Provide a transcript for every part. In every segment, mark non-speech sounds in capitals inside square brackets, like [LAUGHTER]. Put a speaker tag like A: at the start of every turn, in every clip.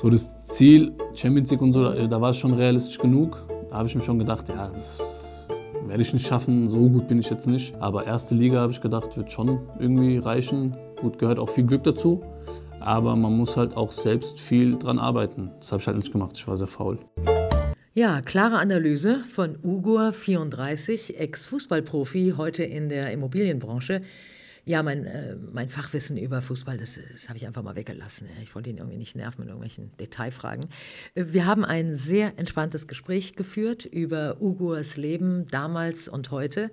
A: So das Ziel, Champions League und so, äh, da, da war es schon realistisch genug. Da habe ich mir schon gedacht, ja, das werde ich nicht schaffen, so gut bin ich jetzt nicht. Aber erste Liga habe ich gedacht, wird schon irgendwie reichen. Gut, gehört auch viel Glück dazu. Aber man muss halt auch selbst viel dran arbeiten. Das habe ich halt nicht gemacht, ich war sehr faul.
B: Ja, klare Analyse von Ugur 34, Ex-Fußballprofi, heute in der Immobilienbranche. Ja, mein, äh, mein Fachwissen über Fußball, das, das habe ich einfach mal weggelassen. Ich wollte ihn irgendwie nicht nerven mit irgendwelchen Detailfragen. Äh, Wir haben ein sehr entspanntes Gespräch geführt über Ugurs Leben damals und heute.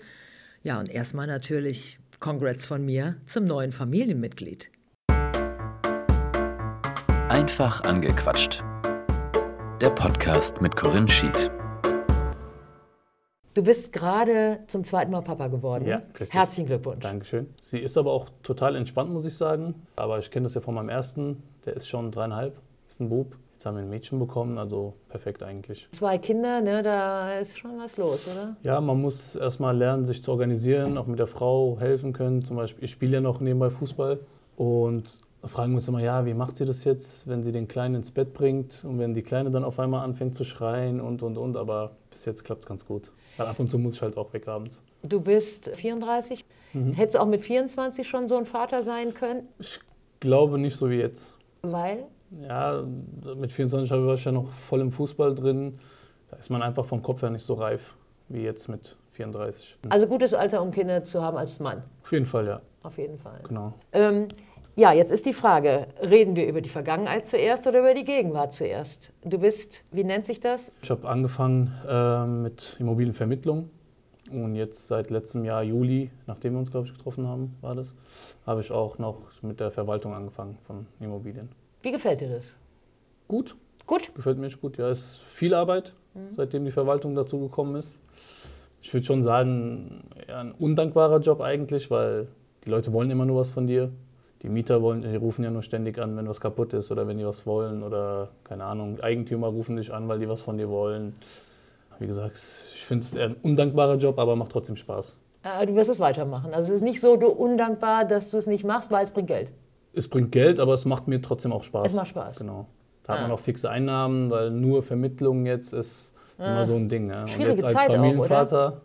B: Ja, und erstmal natürlich Congrats von mir zum neuen Familienmitglied.
C: Einfach angequatscht der Podcast mit Corinne Schied.
B: Du bist gerade zum zweiten Mal Papa geworden.
A: Ja, richtig.
B: Herzlichen Glückwunsch.
A: Dankeschön. Sie ist aber auch total entspannt, muss ich sagen. Aber ich kenne das ja von meinem ersten, der ist schon dreieinhalb, ist ein Bub. Jetzt haben wir ein Mädchen bekommen, also perfekt eigentlich.
B: Zwei Kinder, ne, da ist schon was los, oder?
A: Ja, man muss erstmal lernen, sich zu organisieren, auch mit der Frau helfen können. Zum Beispiel, ich spiele ja noch nebenbei Fußball und da fragen wir uns immer, ja, wie macht sie das jetzt, wenn sie den Kleinen ins Bett bringt und wenn die Kleine dann auf einmal anfängt zu schreien und und und, aber bis jetzt klappt es ganz gut. Weil ab und zu muss ich halt auch weg abends.
B: Du bist 34. Hättest du auch mit 24 schon so ein Vater sein können?
A: Ich glaube nicht so wie jetzt.
B: Weil?
A: Ja, mit 24 war ich ja noch voll im Fußball drin. Da ist man einfach vom Kopf her nicht so reif wie jetzt mit 34.
B: Also gutes Alter, um Kinder zu haben als Mann.
A: Auf jeden Fall, ja,
B: Auf jeden Fall.
A: genau.
B: Ähm, ja, jetzt ist die Frage, reden wir über die Vergangenheit zuerst oder über die Gegenwart zuerst? Du bist, wie nennt sich das?
A: Ich habe angefangen äh, mit Immobilienvermittlung und jetzt seit letztem Jahr Juli, nachdem wir uns, glaube ich, getroffen haben, war das, habe ich auch noch mit der Verwaltung angefangen von Immobilien.
B: Wie gefällt dir das?
A: Gut,
B: Gut?
A: gefällt mir echt gut. Ja, es ist viel Arbeit, seitdem die Verwaltung dazu gekommen ist. Ich würde schon sagen, eher ein undankbarer Job eigentlich, weil die Leute wollen immer nur was von dir. Die Mieter wollen, die rufen ja nur ständig an, wenn was kaputt ist oder wenn die was wollen oder keine Ahnung. Eigentümer rufen dich an, weil die was von dir wollen. Wie gesagt, ich finde es eher ein undankbarer Job, aber macht trotzdem Spaß.
B: Äh, du wirst es weitermachen. Also es ist nicht so du undankbar, dass du es nicht machst, weil es bringt Geld.
A: Es bringt Geld, aber es macht mir trotzdem auch Spaß.
B: Es macht Spaß.
A: Genau. Da hat
B: Ah.
A: man auch fixe Einnahmen, weil nur Vermittlung jetzt ist immer so ein Ding. Ne? Und
B: Ah. Schwierige
A: jetzt als
B: Zeit auch, oder?
A: Familienvater,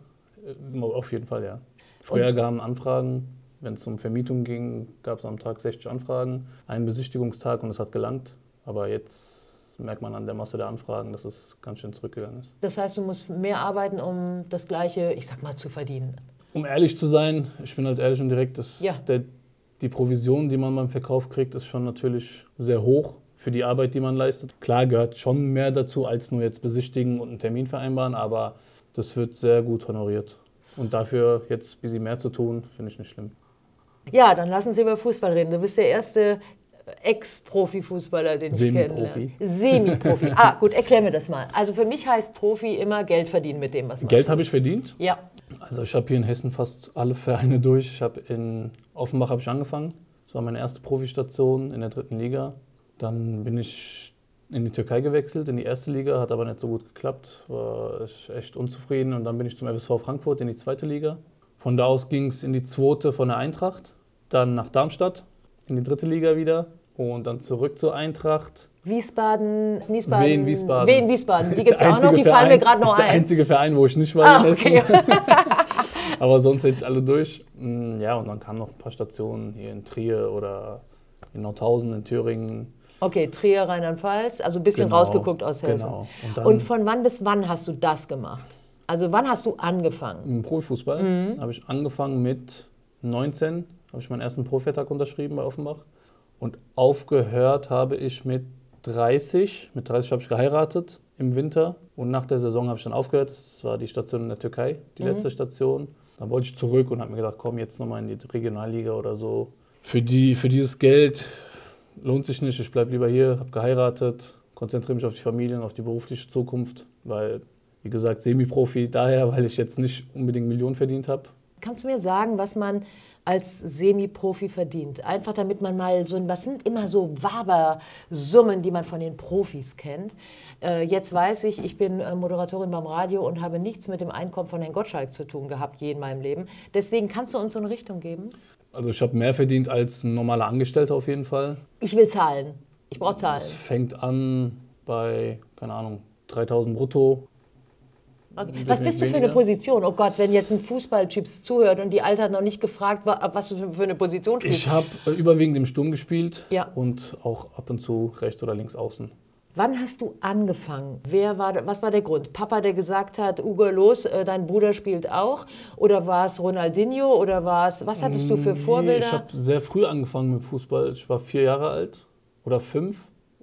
A: äh, auf jeden Fall, ja. Früher kamen Anfragen, wenn es um Vermietung ging, gab es am Tag 60 Anfragen, einen Besichtigungstag und es hat gelangt. Aber jetzt merkt man an der Masse der Anfragen, dass es ganz schön zurückgegangen ist.
B: Das heißt, du musst mehr arbeiten, um das Gleiche, ich sag mal, zu verdienen.
A: Um ehrlich zu sein, ich bin halt ehrlich und direkt, dass
B: Ja.
A: der, die Provision, die man beim Verkauf kriegt, ist schon natürlich sehr hoch für die Arbeit, die man leistet. Klar gehört schon mehr dazu, als nur jetzt besichtigen und einen Termin vereinbaren, aber das wird sehr gut honoriert. Und dafür jetzt ein bisschen mehr zu tun, finde ich nicht schlimm.
B: Ja, dann lassen Sie über Fußball reden. Du bist der erste Ex-Profi-Fußballer, den ich kenne.
A: Semi-Profi.
B: Semi-Profi. Ah, gut, erklär mir das mal. Also für mich heißt Profi immer Geld verdienen mit dem, was man
A: Geld
B: tut.
A: habe ich verdient.
B: Ja.
A: Also ich habe hier in Hessen fast alle Vereine durch. Ich habe in Offenbach habe ich angefangen. Das war meine erste Profistation in der dritten Liga. Dann bin ich in die Türkei gewechselt, in die erste Liga, hat aber nicht so gut geklappt, war ich echt unzufrieden und dann bin ich zum FSV Frankfurt in die zweite Liga. Von da aus ging es in die zweite von der Eintracht, dann nach Darmstadt, in die dritte Liga wieder und dann zurück zur Eintracht.
B: Wiesbaden, Niesbaden.
A: Wien, Wiesbaden.
B: Wien, Wiesbaden. Die
A: Ist
B: gibt es
A: der
B: ja auch noch, die
A: einzige
B: fallen mir
A: Verein-
B: gerade noch
A: ist der
B: ein.
A: einzige Verein, wo ich nicht war
B: Ah,
A: in Hessen.
B: okay.
A: Aber sonst hätte ich alle durch. Mm, Ja, und dann kamen noch ein paar Stationen hier in Trier oder in Nordhausen, in Thüringen.
B: [LAUGHS] okay, Trier, Rheinland-Pfalz, also ein bisschen
A: Genau,
B: rausgeguckt aus Hessen.
A: genau.
B: Und,
A: Und dann-
B: von wann bis wann hast du das gemacht? Also wann hast du angefangen?
A: Im Profifußball habe ich angefangen mit 19, habe ich meinen ersten Profivertrag unterschrieben bei Offenbach. Und aufgehört habe ich mit 30. Mit 30 habe ich geheiratet im Winter. Und nach der Saison habe ich dann aufgehört. Das war die Station in der Türkei, die letzte Station. Dann wollte ich zurück und habe mir gedacht, komm jetzt nochmal in die Regionalliga oder so. Für, die, für dieses Geld lohnt sich nicht. Ich bleibe lieber hier, habe geheiratet, konzentriere mich auf die Familie und auf die berufliche Zukunft, weil, wie gesagt, Semi-Profi daher, weil ich jetzt nicht unbedingt Millionen verdient habe.
B: Kannst du mir sagen, was man als Semi-Profi verdient? Einfach damit man mal so, ein- was sind immer so Wabersummen, die man von den Profis kennt. Äh, jetzt weiß ich, ich bin äh, Moderatorin beim Radio und habe nichts mit dem Einkommen von Herrn Gottschalk zu tun gehabt, je in meinem Leben. Deswegen kannst du uns so eine Richtung geben?
A: Also ich habe mehr verdient als ein normaler Angestellter auf jeden Fall.
B: Ich will Zahlen. Ich Ich brauche Zahlen.
A: Es fängt an bei, keine Ahnung, 3000 brutto.
B: Okay.
A: Ein
B: Was
A: bisschen
B: bist du für eine
A: weniger.
B: Position? Oh Gott, wenn jetzt ein Fußballtyps zuhört und die Alte hat noch nicht gefragt, wa- ab was du für eine Position spielst.
A: Ich habe überwiegend im Sturm gespielt
B: Ja.
A: und auch ab und zu rechts oder links außen.
B: Wann hast du angefangen? Wer war, da- was war der Grund? Papa, der gesagt hat, Ugo, los, äh, dein Bruder spielt auch? Oder war es Ronaldinho? Oder war es, was hattest du für
A: Mm, Ich
B: Vorbilder?
A: habe sehr früh angefangen mit Fußball. Ich war vier Jahre alt oder fünf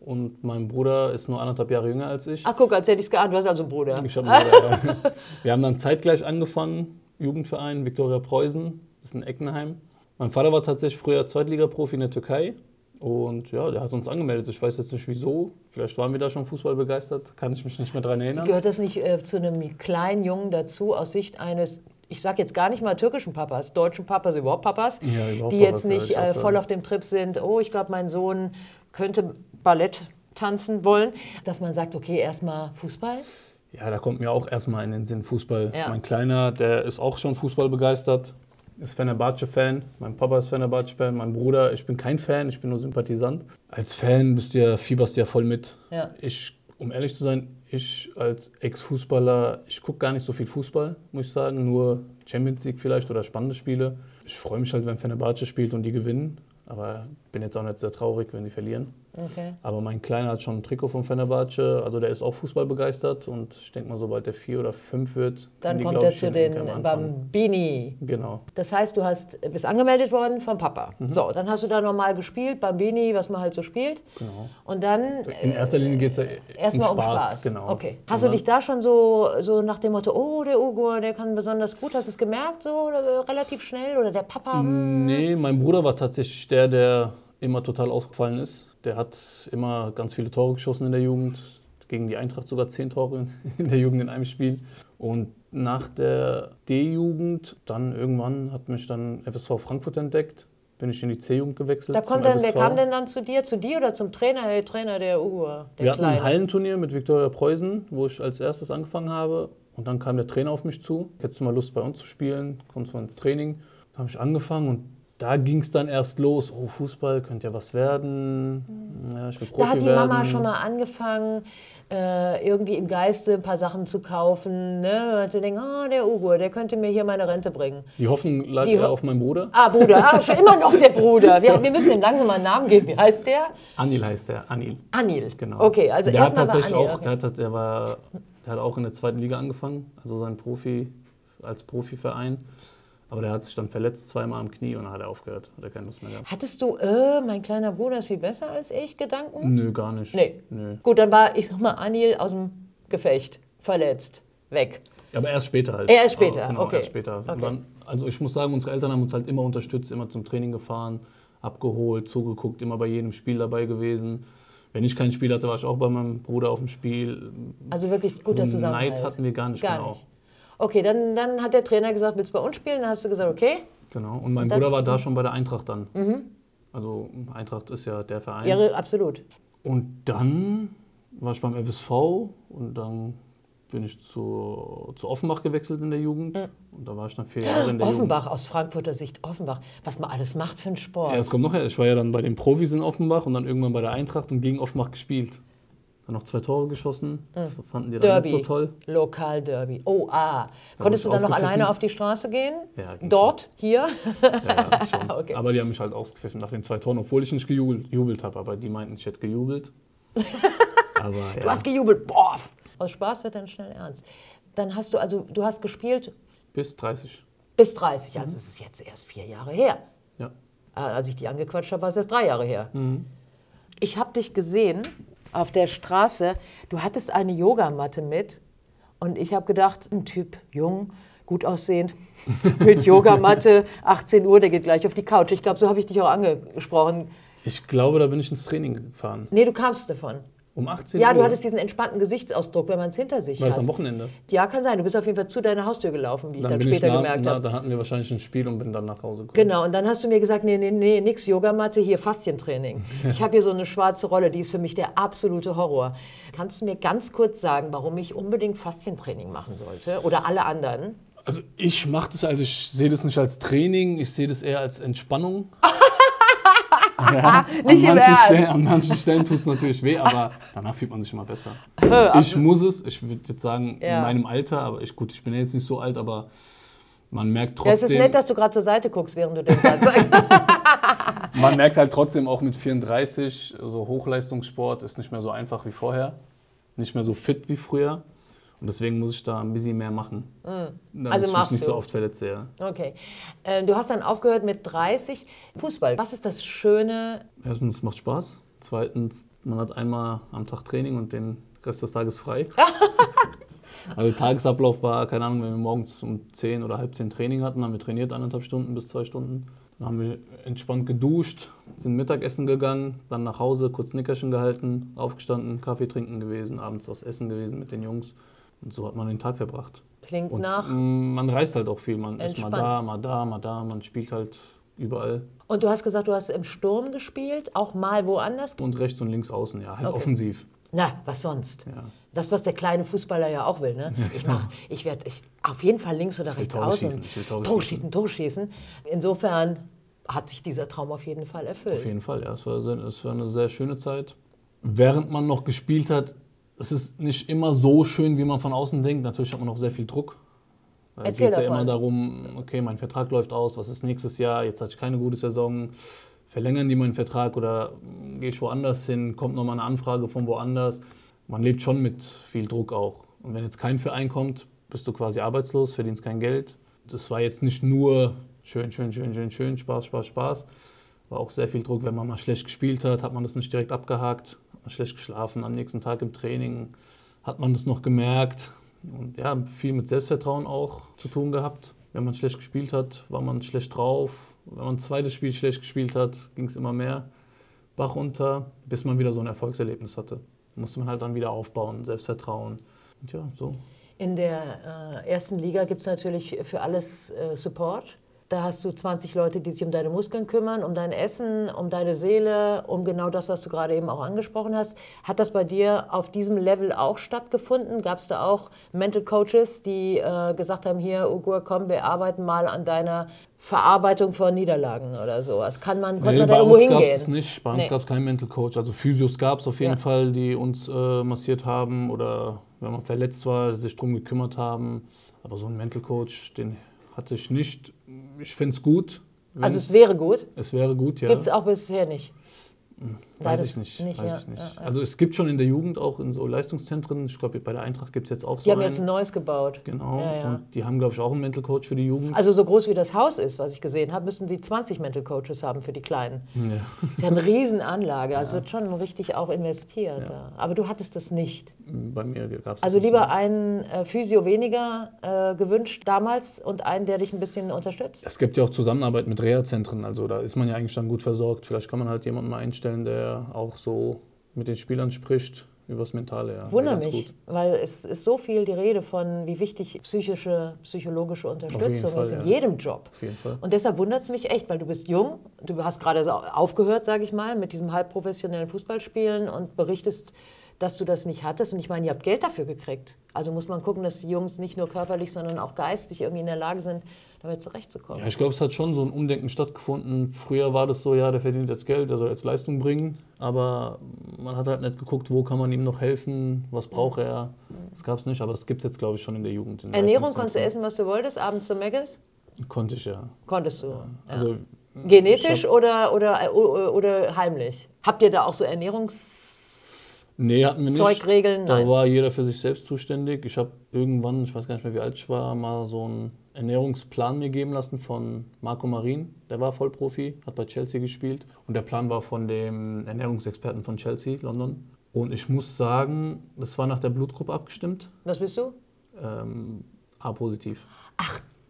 A: und mein Bruder ist nur anderthalb Jahre jünger als ich.
B: Ach guck, als hätte ich es geahnt, du hast also einen Bruder.
A: Ich hab einen Bruder, ja. Wir haben dann zeitgleich angefangen, Jugendverein Viktoria Preußen, das ist in Eckenheim. Mein Vater war tatsächlich früher Zweitligaprofi in der Türkei und ja, der hat uns angemeldet. Ich weiß jetzt nicht wieso. Vielleicht waren wir da schon Fußball begeistert, kann ich mich nicht mehr dran erinnern.
B: Gehört das nicht äh, zu einem kleinen Jungen dazu, aus Sicht eines, ich sag jetzt gar nicht mal türkischen Papas, deutschen Papas, überhaupt Papas,
A: Ja, überhaupt
B: die
A: Papas,
B: jetzt nicht
A: ja, ich
B: äh,
A: auch
B: voll
A: sagen.
B: auf dem Trip sind, oh, ich glaube, mein Sohn könnte Ballett tanzen wollen, dass man sagt, okay, erstmal Fußball.
A: Ja, da kommt mir auch erstmal in den Sinn Fußball.
B: Ja.
A: Mein Kleiner, der ist auch schon Fußball begeistert, ist Fenerbahce-Fan. Mein Papa ist Fenerbahce-Fan, mein Bruder. Ich bin kein Fan, ich bin nur Sympathisant. Als Fan bist du ja, fieberst du ja voll mit.
B: Ja.
A: Ich, um ehrlich zu sein, ich als Ex-Fußballer, ich gucke gar nicht so viel Fußball, muss ich sagen. Nur Champions League vielleicht oder spannende Spiele. Ich freue mich halt, wenn Fenerbahce spielt und die gewinnen. Aber bin jetzt auch nicht sehr traurig, wenn die verlieren.
B: Okay.
A: Aber mein Kleiner hat schon ein Trikot von Fenerbahce, also der ist auch Fußball begeistert und ich denke mal, sobald der vier oder fünf wird, können
B: Dann
A: die,
B: kommt
A: glaub
B: er
A: ich,
B: zu
A: schon
B: den
A: irgendwann anfangen.
B: Bambini.
A: Genau.
B: Das heißt, du hast, bist angemeldet worden vom Papa.
A: Mhm.
B: So, dann hast du da normal gespielt, Bambini, was man halt so spielt.
A: Genau.
B: Und dann
A: In erster Linie geht es ja
B: Äh, Erstmal um Spaß.
A: Genau.
B: Okay. Hast du
A: Und
B: dich da schon so, so nach dem Motto, oh, der Ugo, der kann besonders gut, hast du es gemerkt, so oder, äh, relativ schnell? Oder der Papa? hm,
A: dann- Nee, mein Bruder war tatsächlich der, der immer total aufgefallen ist. Der hat immer ganz viele Tore geschossen in der Jugend. Gegen die Eintracht sogar zehn Tore in [LAUGHS] der Jugend in einem Spiel. Und nach der D-Jugend, dann irgendwann hat mich dann FSV Frankfurt entdeckt. Bin ich in die C-Jugend gewechselt.
B: Da kommt
A: zum
B: dann, wer
A: FSV.
B: kam denn dann zu dir, zu dir oder zum Trainer? Hey, Trainer, der Ugo, der
A: Wir hatten
B: Kleine.
A: ein Hallenturnier mit Viktoria Preußen, wo ich als erstes angefangen habe. Und dann kam der Trainer auf mich zu. Hättest du mal Lust, bei uns zu spielen? Kommst du mal ins Training? Da habe ich angefangen und da ging es dann erst los. Oh, Fußball könnte ja was werden. Ja, ich will Profi
B: Mhm. da hat die
A: werden.
B: Mama schon mal angefangen, äh, irgendwie im Geiste ein paar Sachen zu kaufen. Ne? Und die denken, oh, der Ugo, der könnte mir hier meine Rente bringen.
A: Die Hoffnung lag
B: Die
A: ja
B: Ho-
A: auf meinen Bruder.
B: Ah, Bruder, ah, schon immer noch der Bruder. Wir, wir müssen ihm langsam mal einen Namen geben. Wie heißt der?
A: Anil heißt der, Anil.
B: Anil.
A: Genau.
B: Okay, also
A: der hat
B: erstmal war
A: tatsächlich
B: Anil.
A: auch,
B: okay.
A: der, hat, tat- der, war, der hat auch in der zweiten Liga angefangen, also sein Profi, als Profiverein. Aber der hat sich dann verletzt, zweimal am Knie und dann hat er aufgehört. Hat er keine Lust mehr gehabt.
B: Hattest du, äh, mein kleiner Bruder ist viel besser als ich, Gedanken?
A: Nö, gar nicht.
B: Nee.
A: Nö.
B: Gut, dann war, ich sag mal, Anil aus dem Gefecht, verletzt, weg.
A: Aber erst später halt.
B: Er erst später,
A: genau,
B: okay.
A: Erst später. Und
B: Okay.
A: Dann, also ich muss sagen, unsere Eltern haben uns halt immer unterstützt, immer zum Training gefahren, abgeholt, zugeguckt, immer bei jedem Spiel dabei gewesen. Wenn ich kein Spiel hatte, war ich auch bei meinem Bruder auf dem Spiel.
B: Also wirklich guter
A: Also
B: Zusammenhalt.
A: Neid hatten wir gar nicht,
B: Gar
A: genau.
B: nicht. Okay, dann, dann hat der Trainer gesagt, willst du bei uns spielen? Dann hast du gesagt, okay.
A: Genau. Und mein
B: dann- Mhm.
A: Bruder war da schon bei der Eintracht dann. Also Eintracht ist ja der Verein.
B: Ja, absolut.
A: Und dann war ich beim FSV und dann bin ich zu, zu Offenbach gewechselt in der Jugend. Und da war ich dann vier Jahre in der Jugend.
B: Offenbach, aus Frankfurter Sicht, Offenbach. Was man alles macht für einen Sport.
A: Ja, es kommt noch her. Ich war ja dann bei den Profis in Offenbach und dann irgendwann bei der Eintracht und gegen Offenbach gespielt. Dann noch zwei Tore geschossen. Das fanden die dann
B: Hm. Derby.
A: nicht so
B: [LAUGHS]
A: toll.
B: Lokalderby. Oh, ah. Konntest du
A: wurde ich
B: dann noch
A: ausgepfiffen.
B: alleine auf die Straße gehen?
A: Ja, ging
B: Dort, hier?
A: Ja, ja, schon.
B: [LAUGHS] Okay.
A: Aber die haben mich halt ausgepfiffen nach den zwei Toren, obwohl ich nicht gejubelt, gejubelt habe. Aber die meinten, ich hätte
B: [LAUGHS]
A: gejubelt. Aber ja.
B: Du hast gejubelt, boah. Aus Spaß wird dann schnell ernst. Dann hast du, also du hast gespielt
A: bis 30.
B: bis 30,
A: Mhm.
B: also es ist jetzt erst vier Jahre her.
A: Ja.
B: Äh, Als ich die angequatscht habe, war es erst drei Jahre her. Ich habe dich gesehen auf der Straße. Du hattest eine Yogamatte mit. Und ich habe gedacht, ein Typ, jung, gut [LAUGHS] aussehend, mit Yogamatte, 18 Uhr, der geht gleich auf die Couch. Ich glaube, so habe ich dich auch angesprochen.
A: Ich glaube, da bin ich ins Training gefahren.
B: Nee, du kamst davon.
A: Um 18 Uhr.
B: Ja, du hattest halt diesen entspannten Gesichtsausdruck, wenn man es hinter sich
A: War das
B: hat.
A: am Wochenende?
B: Ja, kann sein. Du bist auf jeden Fall zu deiner Haustür gelaufen, wie ich dann,
A: bin
B: später
A: ich nach,
B: gemerkt
A: na,
B: habe.
A: Dann hatten wir wahrscheinlich ein Spiel und bin dann nach Hause gekommen.
B: Genau, und dann hast du mir gesagt, nee, nee, nee, nix Yogamatte, hier [LAUGHS] Faszientraining. Ich habe hier so eine schwarze Rolle, die ist für mich der absolute Horror. Kannst du mir ganz kurz sagen, warum ich unbedingt Faszientraining machen sollte oder alle anderen?
A: Also ich mache das, also ich sehe das nicht als Training, ich sehe das eher als Entspannung. Ja, an,
B: Nicht im
A: manchen
B: Ernst.
A: Stellen, an manchen Stellen tut es natürlich weh,
B: [LAUGHS]
A: aber danach fühlt man sich immer besser. Ich muss es, ich würde jetzt sagen,
B: Ja.
A: in meinem Alter, aber ich, gut, ich bin ja jetzt nicht so alt, aber man merkt
B: Ja, es ist
A: trotzdem,
B: nett, dass du gerade zur Seite guckst, während du den Satz sagst. [LAUGHS]
A: man merkt halt trotzdem auch mit 34, so Hochleistungssport ist nicht mehr so einfach wie vorher, nicht mehr so fit wie früher. Und deswegen muss ich da ein bisschen mehr machen. Damit
B: Also
A: ich mich
B: machst
A: nicht
B: du.
A: so oft verletze. Ja.
B: Okay. Äh, Du hast dann aufgehört mit 30. Fußball, was ist das Schöne?
A: Erstens, es macht Spaß. Zweitens, man hat einmal am Tag Training und den Rest des Tages
B: [LAUGHS]
A: frei. also Tagesablauf war, keine Ahnung, wenn wir morgens um 10 oder halb 10 Training hatten, haben wir trainiert, anderthalb Stunden bis zwei Stunden. Dann haben wir entspannt geduscht, sind Mittagessen gegangen, dann nach Hause, kurz Nickerchen gehalten, aufgestanden, Kaffee trinken gewesen, abends was essen gewesen mit den Jungs. Und so hat man den Tag verbracht.
B: Klingt
A: Und
B: nach.
A: mm, man reist halt auch viel. Man ist mal
B: Entspannt.
A: da, mal da, mal da. Man spielt halt überall.
B: Und du hast gesagt, du hast im Sturm gespielt, auch mal woanders.
A: Und rechts und links außen, ja, halt
B: Okay.
A: offensiv.
B: Na, was sonst?
A: Ja.
B: Das, was der kleine Fußballer ja auch will. Ne? Ich mach, ich werde ich, auf jeden Fall links oder rechts
A: Tore
B: außen.
A: schießen, ich will Tore
B: Tore schießen,
A: schießen.
B: Tore schießen. Insofern hat sich dieser Traum auf jeden Fall erfüllt.
A: Auf jeden Fall, ja. Es war, sehr, es war eine sehr schöne Zeit. Während man noch gespielt hat, es ist nicht immer so schön, wie man von außen denkt. Natürlich hat man auch sehr viel Druck. Da geht
B: Erzähl
A: es Äh, ja
B: davon.
A: immer darum, okay, mein Vertrag läuft aus, was ist nächstes Jahr? Jetzt hatte ich keine gute Saison. Verlängern die meinen Vertrag oder mm, gehe ich woanders hin? Kommt nochmal eine Anfrage von woanders? Man lebt schon mit viel Druck auch. Und wenn jetzt kein Verein kommt, bist du quasi arbeitslos, verdienst kein Geld. Das war jetzt nicht nur schön, schön, schön, schön, schön, Spaß, Spaß, Spaß. War auch sehr viel Druck, wenn man mal schlecht gespielt hat, hat man das nicht direkt abgehakt, hat man schlecht geschlafen, am nächsten Tag im Training hat man das noch gemerkt. Und ja, viel mit Selbstvertrauen auch zu tun gehabt. Wenn man schlecht gespielt hat, war man schlecht drauf. Wenn man ein zweites Spiel schlecht gespielt hat, ging es immer mehr Bach runter, bis man wieder so ein Erfolgserlebnis hatte. Musste man halt dann wieder aufbauen, Selbstvertrauen. Und ja, so.
B: In der äh, ersten Liga gibt es natürlich für alles äh, Support. Da hast du 20 Leute, die sich um deine Muskeln kümmern, um dein Essen, um deine Seele, um genau das, was du gerade eben auch angesprochen hast. Hat das bei dir auf diesem Level auch stattgefunden? Gab es da auch Mental Coaches, die äh, gesagt haben, hier, Ugur, komm, wir arbeiten mal an deiner Verarbeitung von Niederlagen oder sowas? Kann man, konnte man da
A: bei
B: irgendwo
A: uns gab es
B: hingehen?
A: nicht. Bei uns
B: Nee.
A: gab es keinen Mental Coach. Also Physios gab es auf jeden
B: Ja.
A: Fall, die uns äh, massiert haben oder wenn man verletzt war, sich drum gekümmert haben. Aber so einen Mental Coach, den hatte ich nicht. Ich finde es gut. wenn
B: Also es wäre gut,
A: es wäre gut, ja. Hm,
B: gibt es auch bisher nicht.
A: Weiß
B: das
A: ich nicht.
B: nicht,
A: weiß
B: ja,
A: ich nicht.
B: ja, ja.
A: Also es gibt schon in der Jugend auch in so Leistungszentren, ich glaube bei der Eintracht gibt es jetzt auch so
B: Die haben
A: einen.
B: jetzt ein neues gebaut.
A: genau.
B: Ja, ja.
A: Und die haben, glaube ich, auch einen Mental Coach für die Jugend.
B: Also so groß wie das Haus ist, was ich gesehen habe, müssen sie 20 Mental Coaches haben für die Kleinen.
A: ja.
B: Das ist ja eine Riesenanlage, also wird schon richtig auch investiert. da. Aber du hattest das nicht.
A: [LAUGHS] Bei mir gab es
B: Also lieber einen äh, Physio weniger äh, gewünscht damals und einen, der dich ein bisschen unterstützt.
A: Es gibt ja auch Zusammenarbeit mit Reha-Zentren, also da ist man ja eigentlich dann gut versorgt. Vielleicht kann man halt jemanden mal einstellen, der auch so mit den Spielern spricht, über das Mentale. Ja. Wäre
B: Wunder
A: ganz
B: mich,
A: gut.
B: weil es ist so viel die Rede von, wie wichtig psychische, psychologische Unterstützung
A: Fall,
B: ist in
A: ja.
B: jedem Job.
A: Auf jeden Fall.
B: Und deshalb wundert es mich echt, weil du bist jung, du hast gerade so aufgehört, sage ich mal, mit diesem halbprofessionellen Fußballspielen und berichtest, dass du das nicht hattest. Und ich meine, ihr habt Geld dafür gekriegt. Also muss man gucken, dass die Jungs nicht nur körperlich, sondern auch geistig irgendwie in der Lage sind, damit zurechtzukommen.
A: Ja, ich glaube, es hat schon so ein Umdenken stattgefunden. Früher war das so, ja, der verdient jetzt Geld, der soll jetzt Leistung bringen, aber man hat halt nicht geguckt, wo kann man ihm noch helfen, was braucht er. Das gab es nicht, aber das gibt es jetzt, glaube ich, schon in der Jugend. in
B: Mhm. Ernährung konntest du
A: Leistungszentren.
B: essen, was du wolltest, abends zu Meggis?
A: Konnte ich, ja.
B: Konntest du.
A: Also
B: Genetisch
A: ich
B: oder, oder, äh, o- oder heimlich? Habt ihr da auch so Ernährungs...
A: Nee, hatten wir nicht.
B: Zeugregeln,
A: Da
B: nein.
A: war jeder für sich selbst zuständig. Ich habe irgendwann, ich weiß gar nicht mehr, wie alt ich war, mal so einen Ernährungsplan mir geben lassen von Marco Marin. Der war Vollprofi, hat bei Chelsea gespielt. Und der Plan war von dem Ernährungsexperten von Chelsea, London. Und ich muss sagen, das war nach der Blutgruppe abgestimmt.
B: Was bist du?
A: Ähm, A-positiv.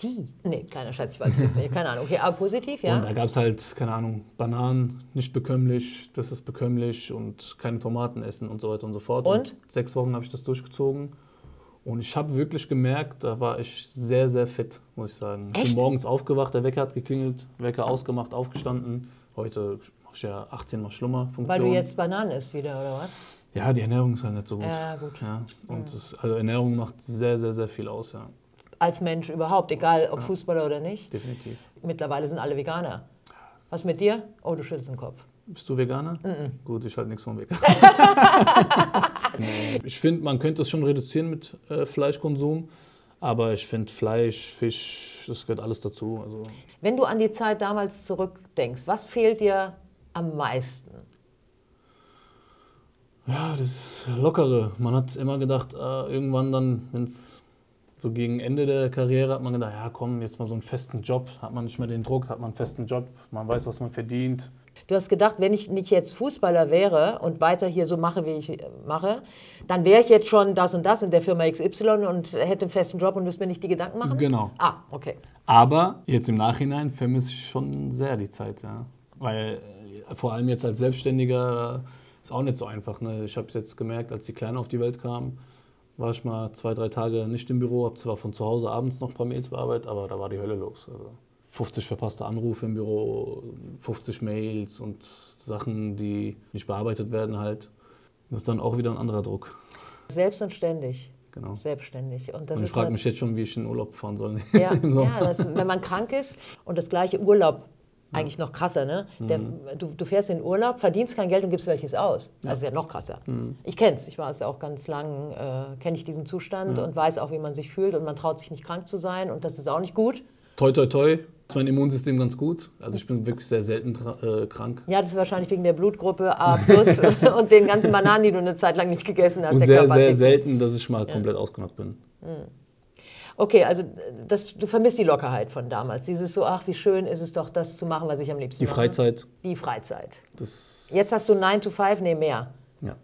B: Die? Nee, kleiner Schatz, ich weiß es jetzt nicht. Keine Ahnung. Okay, A positiv, ja?
A: Und da gab es halt, keine Ahnung, Bananen, nicht bekömmlich, das ist bekömmlich und keine Tomaten essen und so weiter und so fort.
B: Und?
A: sechs Wochen habe ich das durchgezogen. Und ich habe wirklich gemerkt, da war ich sehr, sehr fit, muss ich sagen. Ich
B: Echt?
A: bin morgens aufgewacht, der Wecker hat geklingelt, Wecker ausgemacht, aufgestanden. Heute mache ich ja 18 Mal Schlummerfunktion.
B: Weil du jetzt Bananen isst wieder, oder was?
A: Ja, die Ernährung ist halt nicht so gut.
B: Ja, gut.
A: Ja. Und Das, also Ernährung macht sehr, sehr, sehr viel aus, ja.
B: Als Mensch überhaupt, egal ob Fußballer oder nicht.
A: Definitiv.
B: Mittlerweile sind alle Veganer. Was mit dir? Oh, du schüttelst den Kopf.
A: Bist du Veganer? Gut, ich halte nichts von [LAUGHS] Vegan. Nee. ich finde, man könnte es schon reduzieren mit äh, Fleischkonsum, aber ich finde Fleisch, Fisch, das gehört alles dazu. Also,
B: Wenn du an die Zeit damals zurückdenkst, was fehlt dir am meisten?
A: ja, das Lockere. Man hat immer gedacht, ah, irgendwann dann, wenn es so gegen Ende der Karriere hat man gedacht, ja komm, jetzt mal so einen festen Job, hat man nicht mehr den Druck, hat man einen festen Job, man weiß, was man verdient.
B: Du hast gedacht, wenn ich nicht jetzt Fußballer wäre und weiter hier so mache, wie ich äh, mache, dann wäre ich jetzt schon das und das in der Firma XY und hätte einen festen Job und müsste mir nicht die Gedanken machen?
A: Genau.
B: Ah, okay.
A: Aber jetzt im Nachhinein vermisse ich schon sehr die Zeit, ja. Weil äh, vor allem jetzt als Selbstständiger äh, ist auch nicht so einfach. Ne? Ich habe es jetzt gemerkt, als die Kleine auf die Welt kam, war ich mal zwei, drei Tage nicht im Büro, habe zwar von zu Hause abends noch ein paar Mails bearbeitet, aber da war die Hölle los. Also 50 verpasste Anrufe im Büro, 50 Mails und Sachen, die nicht bearbeitet werden halt. Das ist dann auch wieder ein anderer Druck.
B: Selbst und ständig.
A: Genau.
B: Selbstständig. Und das
A: Und ich
B: ist halt
A: frage
B: eine-
A: mich jetzt schon, wie ich in Urlaub fahren soll [LAUGHS]
B: Ja,
A: im Sommer.
B: ja das, wenn man krank ist und das gleiche Urlaub, eigentlich noch krasser, ne? Der,
A: Mhm.
B: du, du fährst in Urlaub, verdienst kein Geld und gibst welches aus. Das ist ja noch krasser.
A: Mhm.
B: Ich kenn's, ich war es auch ganz lang, äh, kenne ich diesen Zustand und weiß auch, wie man sich fühlt und man traut sich nicht krank zu sein und das ist auch nicht gut.
A: Toi, toi, toi. Ist mein Immunsystem ganz gut. Also ich bin wirklich sehr selten tra- äh, krank.
B: Ja, das ist wahrscheinlich wegen der
A: [LAUGHS]
B: Blutgruppe A plus [LAUGHS] und den ganzen Bananen, die du eine Zeit lang nicht gegessen hast.
A: Und
B: der
A: sehr,
B: Körper hat
A: sehr
B: sich-
A: selten, dass ich mal komplett ausgenockt bin.
B: Okay, also das, du vermisst die Lockerheit von damals. Dieses so, ach, wie schön ist es doch, das zu machen, was ich am liebsten
A: Die Freizeit,
B: mache. Die Freizeit.
A: das...
B: Jetzt hast du 9 to 5, nee, mehr.
A: Ja.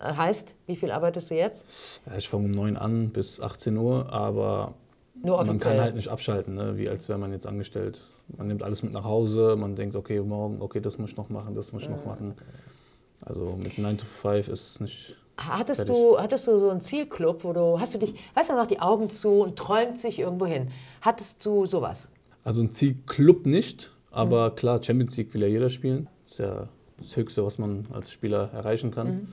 B: Äh, Heißt, wie viel arbeitest du jetzt?
A: ja ich fange um 9 an bis 18 Uhr, aber
B: Nur
A: man kann
B: offiziell.
A: halt nicht abschalten, ne? wie als wäre man jetzt angestellt. Man nimmt alles mit nach Hause, man denkt, okay, morgen, okay, das muss ich noch machen, das muss ich noch
B: Äh.
A: machen. Also mit 9 to 5 ist es nicht...
B: Hattest
A: Fertig.
B: du, hattest du so einen Zielclub, wo du, hast du dich, weißt du, man macht die Augen zu und träumt sich irgendwo hin. Hattest du sowas?
A: Also ein Zielclub nicht, aber
B: Mhm.
A: klar, Champions League will ja jeder spielen. Das ist ja das Höchste, was man als Spieler erreichen kann.
B: Mhm.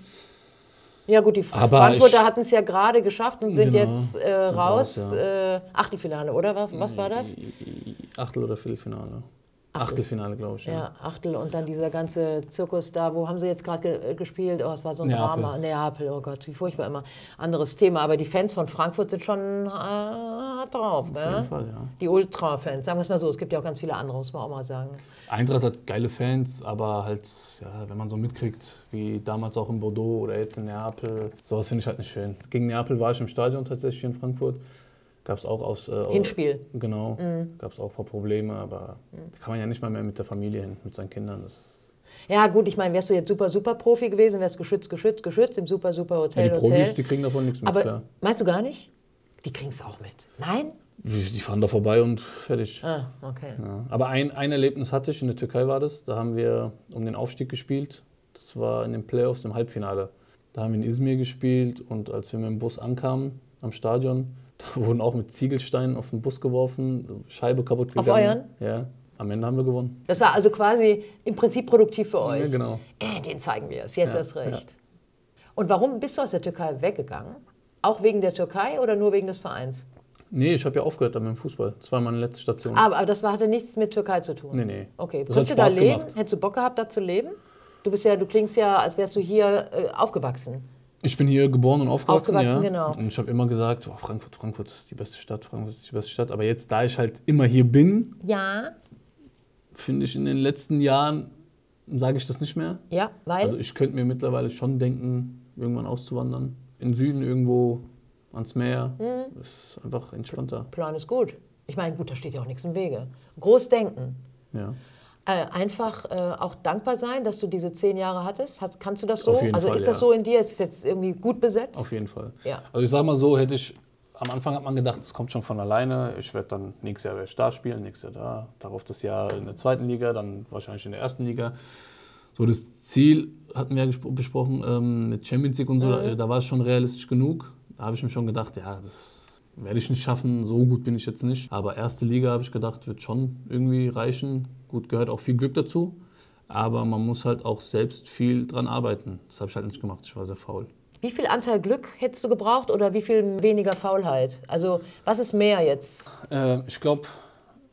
B: Ja gut, die
A: Aber
B: Frankfurter
A: ich-
B: hatten es ja gerade geschafft und sind
A: Genau,
B: jetzt äh,
A: sind
B: raus.
A: raus,
B: äh, Achtelfinale, oder? Was, was war das?
A: Achtel- oder Viertelfinale? Achtelfinale, glaube ich. Ja.
B: Ja, Achtel und dann dieser ganze Zirkus da, wo haben sie jetzt gerade ge äh, gespielt? Oh, es war so ein
A: Neapel.
B: Drama. Neapel, oh Gott, wie furchtbar immer. Anderes Thema, aber die Fans von Frankfurt sind schon äh, hart
A: Auf
B: drauf,
A: jeden
B: ne?
A: Fall, ja.
B: Die Ultra-Fans, sagen wir es mal so, es gibt ja auch ganz viele andere, muss man auch mal sagen.
A: Eintracht hat geile Fans, aber halt, ja, wenn man so mitkriegt, wie damals auch in Bordeaux oder jetzt in Neapel, sowas finde ich halt nicht schön. Gegen Neapel war ich im Stadion tatsächlich in Frankfurt. Gab es auch aus. Äh,
B: Hinspiel. Mhm.
A: Genau. Gab es auch ein paar Probleme, aber da kann man ja nicht mal mehr mit der Familie hin, mit seinen Kindern. Das
B: Ja, gut, ich meine, wärst du jetzt super, super Profi gewesen, wärst geschützt, geschützt, geschützt im super, super
A: Ja,
B: Hotel,
A: die Profis,
B: Hotel.
A: die kriegen davon nichts mit,
B: aber
A: klar.
B: meinst du gar nicht? Die kriegen es auch mit. Nein?
A: Die die fahren da vorbei und fertig.
B: Ah, okay.
A: Ja. Aber ein, ein Erlebnis hatte ich, in der Türkei war das. Da haben wir um den Aufstieg gespielt. Das war in den Playoffs im Halbfinale. Da haben wir in Izmir gespielt und als wir mit dem Bus ankamen am Stadion, [LAUGHS] da wurden auch mit Ziegelsteinen auf den Bus geworfen, Scheibe kaputt
B: Auf
A: gegangen.
B: euren?
A: Ja. Am Ende haben wir gewonnen.
B: Das war also quasi im Prinzip produktiv für euch.
A: Ja, genau.
B: Äh, den zeigen wir es, jetzt
A: Ja,
B: erst recht. Und warum bist du aus der Türkei weggegangen? Auch wegen der Türkei oder nur wegen des Vereins?
A: Nee, ich habe ja aufgehört dann mit dem Fußball. Das war meine letzte Station.
B: Aber, aber das war, hatte nichts mit Türkei zu tun.
A: Nee, nee.
B: Ah. Okay,
A: Das hat
B: konntest du da
A: Spaß
B: leben?
A: gemacht.
B: Hättest du Bock gehabt, da zu leben? Du bist ja, du klingst ja, als wärst du hier äh, aufgewachsen.
A: Ich bin hier geboren und aufgewachsen.
B: Aufgewachsen,
A: ja.
B: genau.
A: Und ich habe immer gesagt, oh, Frankfurt, Frankfurt ist die beste Stadt, Frankfurt ist die beste Stadt. Aber jetzt, da ich halt immer hier bin,
B: Ja.
A: finde ich in den letzten Jahren, sage ich das nicht mehr.
B: Ja, weil?
A: Also ich könnte mir mittlerweile schon denken, irgendwann auszuwandern. In den Süden irgendwo ans Meer. Ist einfach entspannter.
B: Plan ist gut. Ich meine, gut, da steht ja auch nichts im Wege. Groß denken.
A: Ja.
B: Äh, einfach äh, auch dankbar sein, dass du diese zehn Jahre hattest. Hast, kannst du das so?
A: Auf jeden
B: also
A: Fall,
B: ist das
A: ja.
B: so in dir? Ist es jetzt irgendwie gut besetzt?
A: Auf jeden Fall.
B: Ja.
A: Also ich sag mal so, hätte ich am Anfang hat man gedacht, es kommt schon von alleine. Ich werde dann nächstes Jahr werde ich da spielen, nächstes Jahr da, darauf das Jahr in der zweiten Liga, dann wahrscheinlich in der ersten Liga. So das Ziel hatten wir ja gespro- besprochen ähm, mit Champions League und so.
B: Mhm.
A: Da, da war es schon realistisch genug. Da habe ich mir schon gedacht, ja, das werde ich nicht schaffen. So gut bin ich jetzt nicht. Aber erste Liga habe ich gedacht, wird schon irgendwie reichen. Gut gehört auch viel Glück dazu. Aber man muss halt auch selbst viel dran arbeiten. Das habe ich halt nicht gemacht. Ich war sehr faul.
B: Wie viel Anteil Glück hättest du gebraucht oder wie viel weniger Faulheit? Also was ist mehr jetzt?
A: Äh, ich glaube,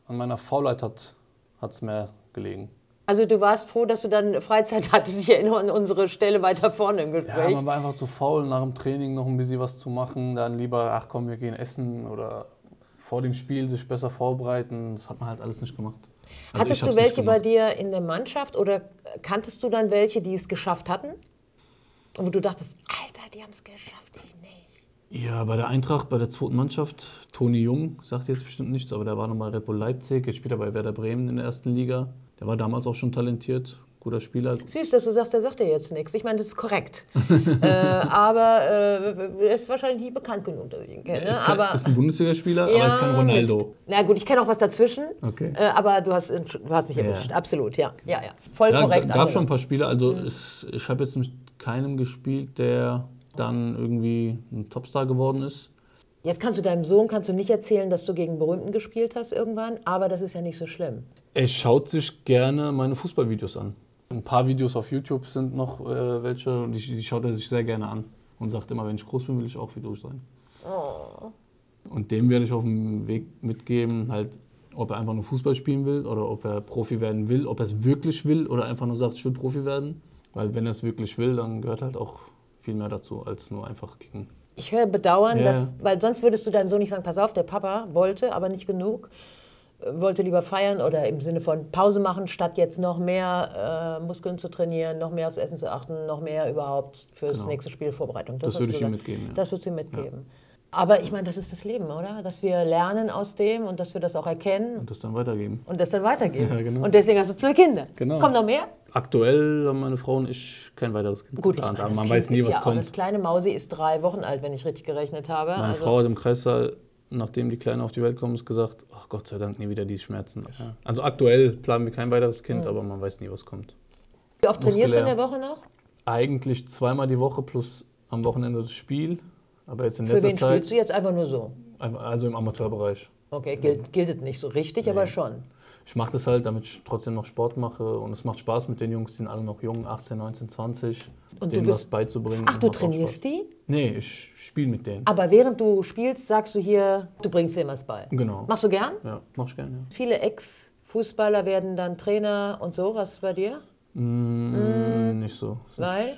A: an meiner Faulheit hat es mehr gelegen.
B: Also du warst froh, dass du dann Freizeit [LAUGHS] hattest. Ich erinnere an unsere Stelle weiter vorne im
A: Ja,
B: Gespräch.
A: man war einfach zu faul, nach dem Training noch ein bisschen was zu machen. Dann lieber, ach komm, wir gehen essen oder vor dem Spiel sich besser vorbereiten. Das hat man halt alles nicht gemacht. Also ich
B: Hattest
A: hab's
B: du
A: nicht
B: welche bei
A: gemacht.
B: dir in der Mannschaft oder kanntest du dann welche, die es geschafft hatten? Und wo du dachtest, Alter, die haben es geschafft, ich nicht.
A: Ja, bei der Eintracht, bei der zweiten Mannschaft. Toni Jung sagt jetzt bestimmt nichts, aber der war noch bei Red Bull Leipzig. Jetzt spielt er bei Werder Bremen in der ersten Liga. Der war damals auch schon talentiert, guter Spieler.
B: Süß, dass du sagst, der sagt dir jetzt nichts. Ich meine, das
A: [LAUGHS]
B: ist korrekt. äh, aber äh, er ist wahrscheinlich nie bekannt genug, dass ich ihn kenne. ne?
A: Ist, kein,
B: aber
A: ist ein Bundesligaspieler, aber ist kein
B: Ja,
A: Ronaldo.
B: Mist. Na gut, ich kenne auch was dazwischen.
A: Okay.
B: Äh, aber du hast, du hast mich erwischt. Absolut, ja. ja, ja. Voll
A: Ja,
B: korrekt.
A: g-
B: Mhm.
A: gab
B: angenommen.
A: schon ein paar Spiele. Also es, ich habe jetzt mit keinem gespielt, der dann irgendwie ein Topstar geworden ist.
B: Jetzt kannst du deinem Sohn kannst du nicht erzählen, dass du gegen Berühmten gespielt hast irgendwann, aber das ist ja nicht so schlimm.
A: Er schaut sich gerne meine Fußballvideos an. Ein paar Videos auf YouTube sind noch äh, welche und die, die schaut er sich sehr gerne an und sagt immer, wenn ich groß bin, will ich auch wie du sein.
B: Oh.
A: Und dem werde ich auf dem Weg mitgeben, halt, ob er einfach nur Fußball spielen will oder ob er Profi werden will, ob er es wirklich will oder einfach nur sagt, ich will Profi werden. Weil wenn er es wirklich will, dann gehört halt auch viel mehr dazu, als nur einfach kicken.
B: Ich höre Bedauern,
A: Ja.
B: dass, weil sonst würdest du deinem Sohn nicht sagen, pass auf, der Papa wollte, aber nicht genug, äh, wollte lieber feiern oder im Sinne von Pause machen, statt jetzt noch mehr äh, Muskeln zu trainieren, noch mehr aufs Essen zu achten, noch mehr überhaupt fürs
A: Genau.
B: nächste Spiel Vorbereitung.
A: Das
B: hast
A: würde
B: du
A: ich ihm
B: gesagt.
A: mitgeben, ja.
B: Das würdest du ihm mitgeben. Aber ich meine, das ist das Leben, oder? Dass wir lernen aus dem und dass wir das auch erkennen
A: Und das dann weitergeben.
B: und das dann weitergeben.
A: Ja, genau.
B: Und deswegen hast du zwei Kinder.
A: Genau.
B: Kommt noch mehr?
A: Aktuell haben meine Frau und ich kein weiteres Kind
B: Gut, ich
A: geplant,
B: meine,
A: aber
B: das
A: man
B: Kind
A: weiß nie,
B: ist
A: was
B: ja Auch,
A: kommt.
B: das kleine Mausi ist drei Wochen alt, wenn ich richtig gerechnet habe.
A: Meine
B: also,
A: Frau hat im Kreissaal, nachdem die Kleine auf die Welt kommt, gesagt, ach Gott sei Dank nie wieder diese Schmerzen. Ja. Also aktuell planen wir kein weiteres Kind, aber man weiß nie, was kommt.
B: wie oft trainierst du in
A: muskulär.
B: der Woche noch?
A: Eigentlich zweimal die Woche plus am Wochenende das Spiel, aber jetzt in
B: Für
A: letzter
B: wen
A: Zeit,
B: spielst du jetzt einfach nur so?
A: also im Amateurbereich.
B: Okay, gilt, gilt es nicht so richtig, aber schon.
A: Ich mache das halt, damit ich trotzdem noch Sport mache und es macht Spaß mit den Jungs, die sind alle noch jung, 18, 19, 20,
B: Und du
A: denen
B: bist-
A: was beizubringen.
B: Ach, du
A: macht auch
B: trainierst Ah.
A: Spaß.
B: die?
A: Nee, ich spiele mit denen.
B: Aber während du spielst, sagst du hier, du bringst denen was bei.
A: Genau.
B: Machst du gern?
A: Ja, mach ich gerne, ja.
B: Viele Ex-Fußballer werden dann Trainer und so. Was ist bei dir? Hm.
A: Mm, Nicht so.
B: Weil?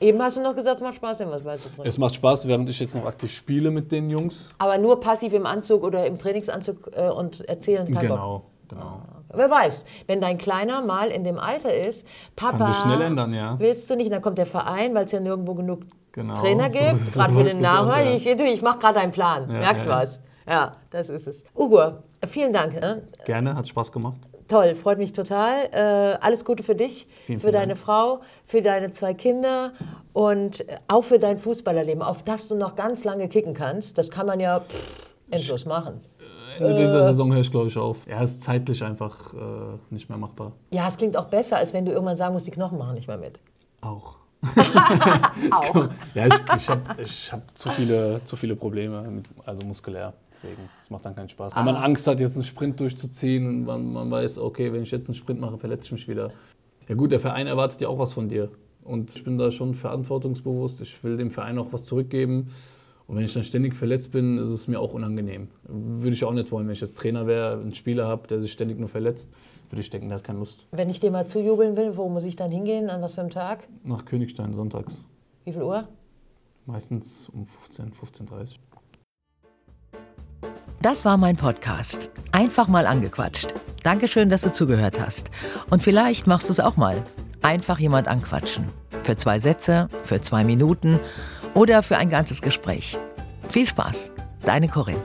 B: Eben hast du noch gesagt, es macht Spaß, denen was beizubringen.
A: Es macht Spaß, während ich jetzt noch aktiv spiele mit den Jungs.
B: Aber nur passiv im Anzug oder im Trainingsanzug äh, und erzählen kein Bock. Ah.
A: genau, genau.
B: Wer weiß, wenn dein Kleiner mal in dem Alter ist, Papa,
A: Kann sich schnell ändern, ja.
B: willst du nicht, dann kommt der Verein, weil es ja nirgendwo genug
A: Genau,
B: Trainer
A: so-
B: gibt,
A: [LAUGHS] so
B: gerade für
A: läuft
B: den
A: es ab,
B: Nachwuchs.
A: ja.
B: Ich, du, ich mache gerade einen Plan,
A: Ja,
B: merkst
A: ja, ja.
B: was. Ja, das ist es. Ugo, vielen Dank. Ne?
A: Gerne, hat Spaß gemacht.
B: Toll, freut mich total. Äh, alles Gute für dich,
A: Vielen,
B: für
A: vielen
B: deine
A: Dank.
B: Frau, für deine zwei Kinder und äh, auch für dein Fußballerleben, auf das du noch ganz lange kicken kannst. Das kann man ja pff, endlos machen. Äh.
A: Ende dieser Saison höre ich, glaube ich, auf. Er ist zeitlich einfach äh, nicht mehr machbar.
B: Ja, es klingt auch besser, als wenn du irgendwann sagen musst, die Knochen machen nicht mehr mit.
A: [LAUGHS] Auch. Auch. ja, ich, ich habe ich hab zu, viele, zu viele Probleme, mit, also muskulär. Deswegen, es macht dann keinen Spaß. Wenn man Angst hat, jetzt einen Sprint durchzuziehen und man, man weiß, okay, wenn ich jetzt einen Sprint mache, verletze ich mich wieder. Ja gut, der Verein erwartet ja auch was von dir. Und ich bin da schon verantwortungsbewusst. Ich will dem Verein auch was zurückgeben. Und wenn ich dann ständig verletzt bin, ist es mir auch unangenehm. Würde ich auch nicht wollen, wenn ich jetzt Trainer wäre, einen Spieler habe, der sich ständig nur verletzt, würde ich denken, der hat keine Lust.
B: Wenn ich dir mal zujubeln will, wo muss ich dann hingehen? An was für einem Tag?
A: Nach Königstein sonntags.
B: Wie viel Uhr?
A: Meistens um 15, 15.30
D: Das war mein Podcast. Einfach mal angequatscht. Dankeschön, dass du zugehört hast. Und vielleicht machst du es auch mal. Einfach jemand anquatschen. Für zwei Sätze, für zwei Minuten oder für ein ganzes Gespräch. Viel Spaß. Deine Corinne.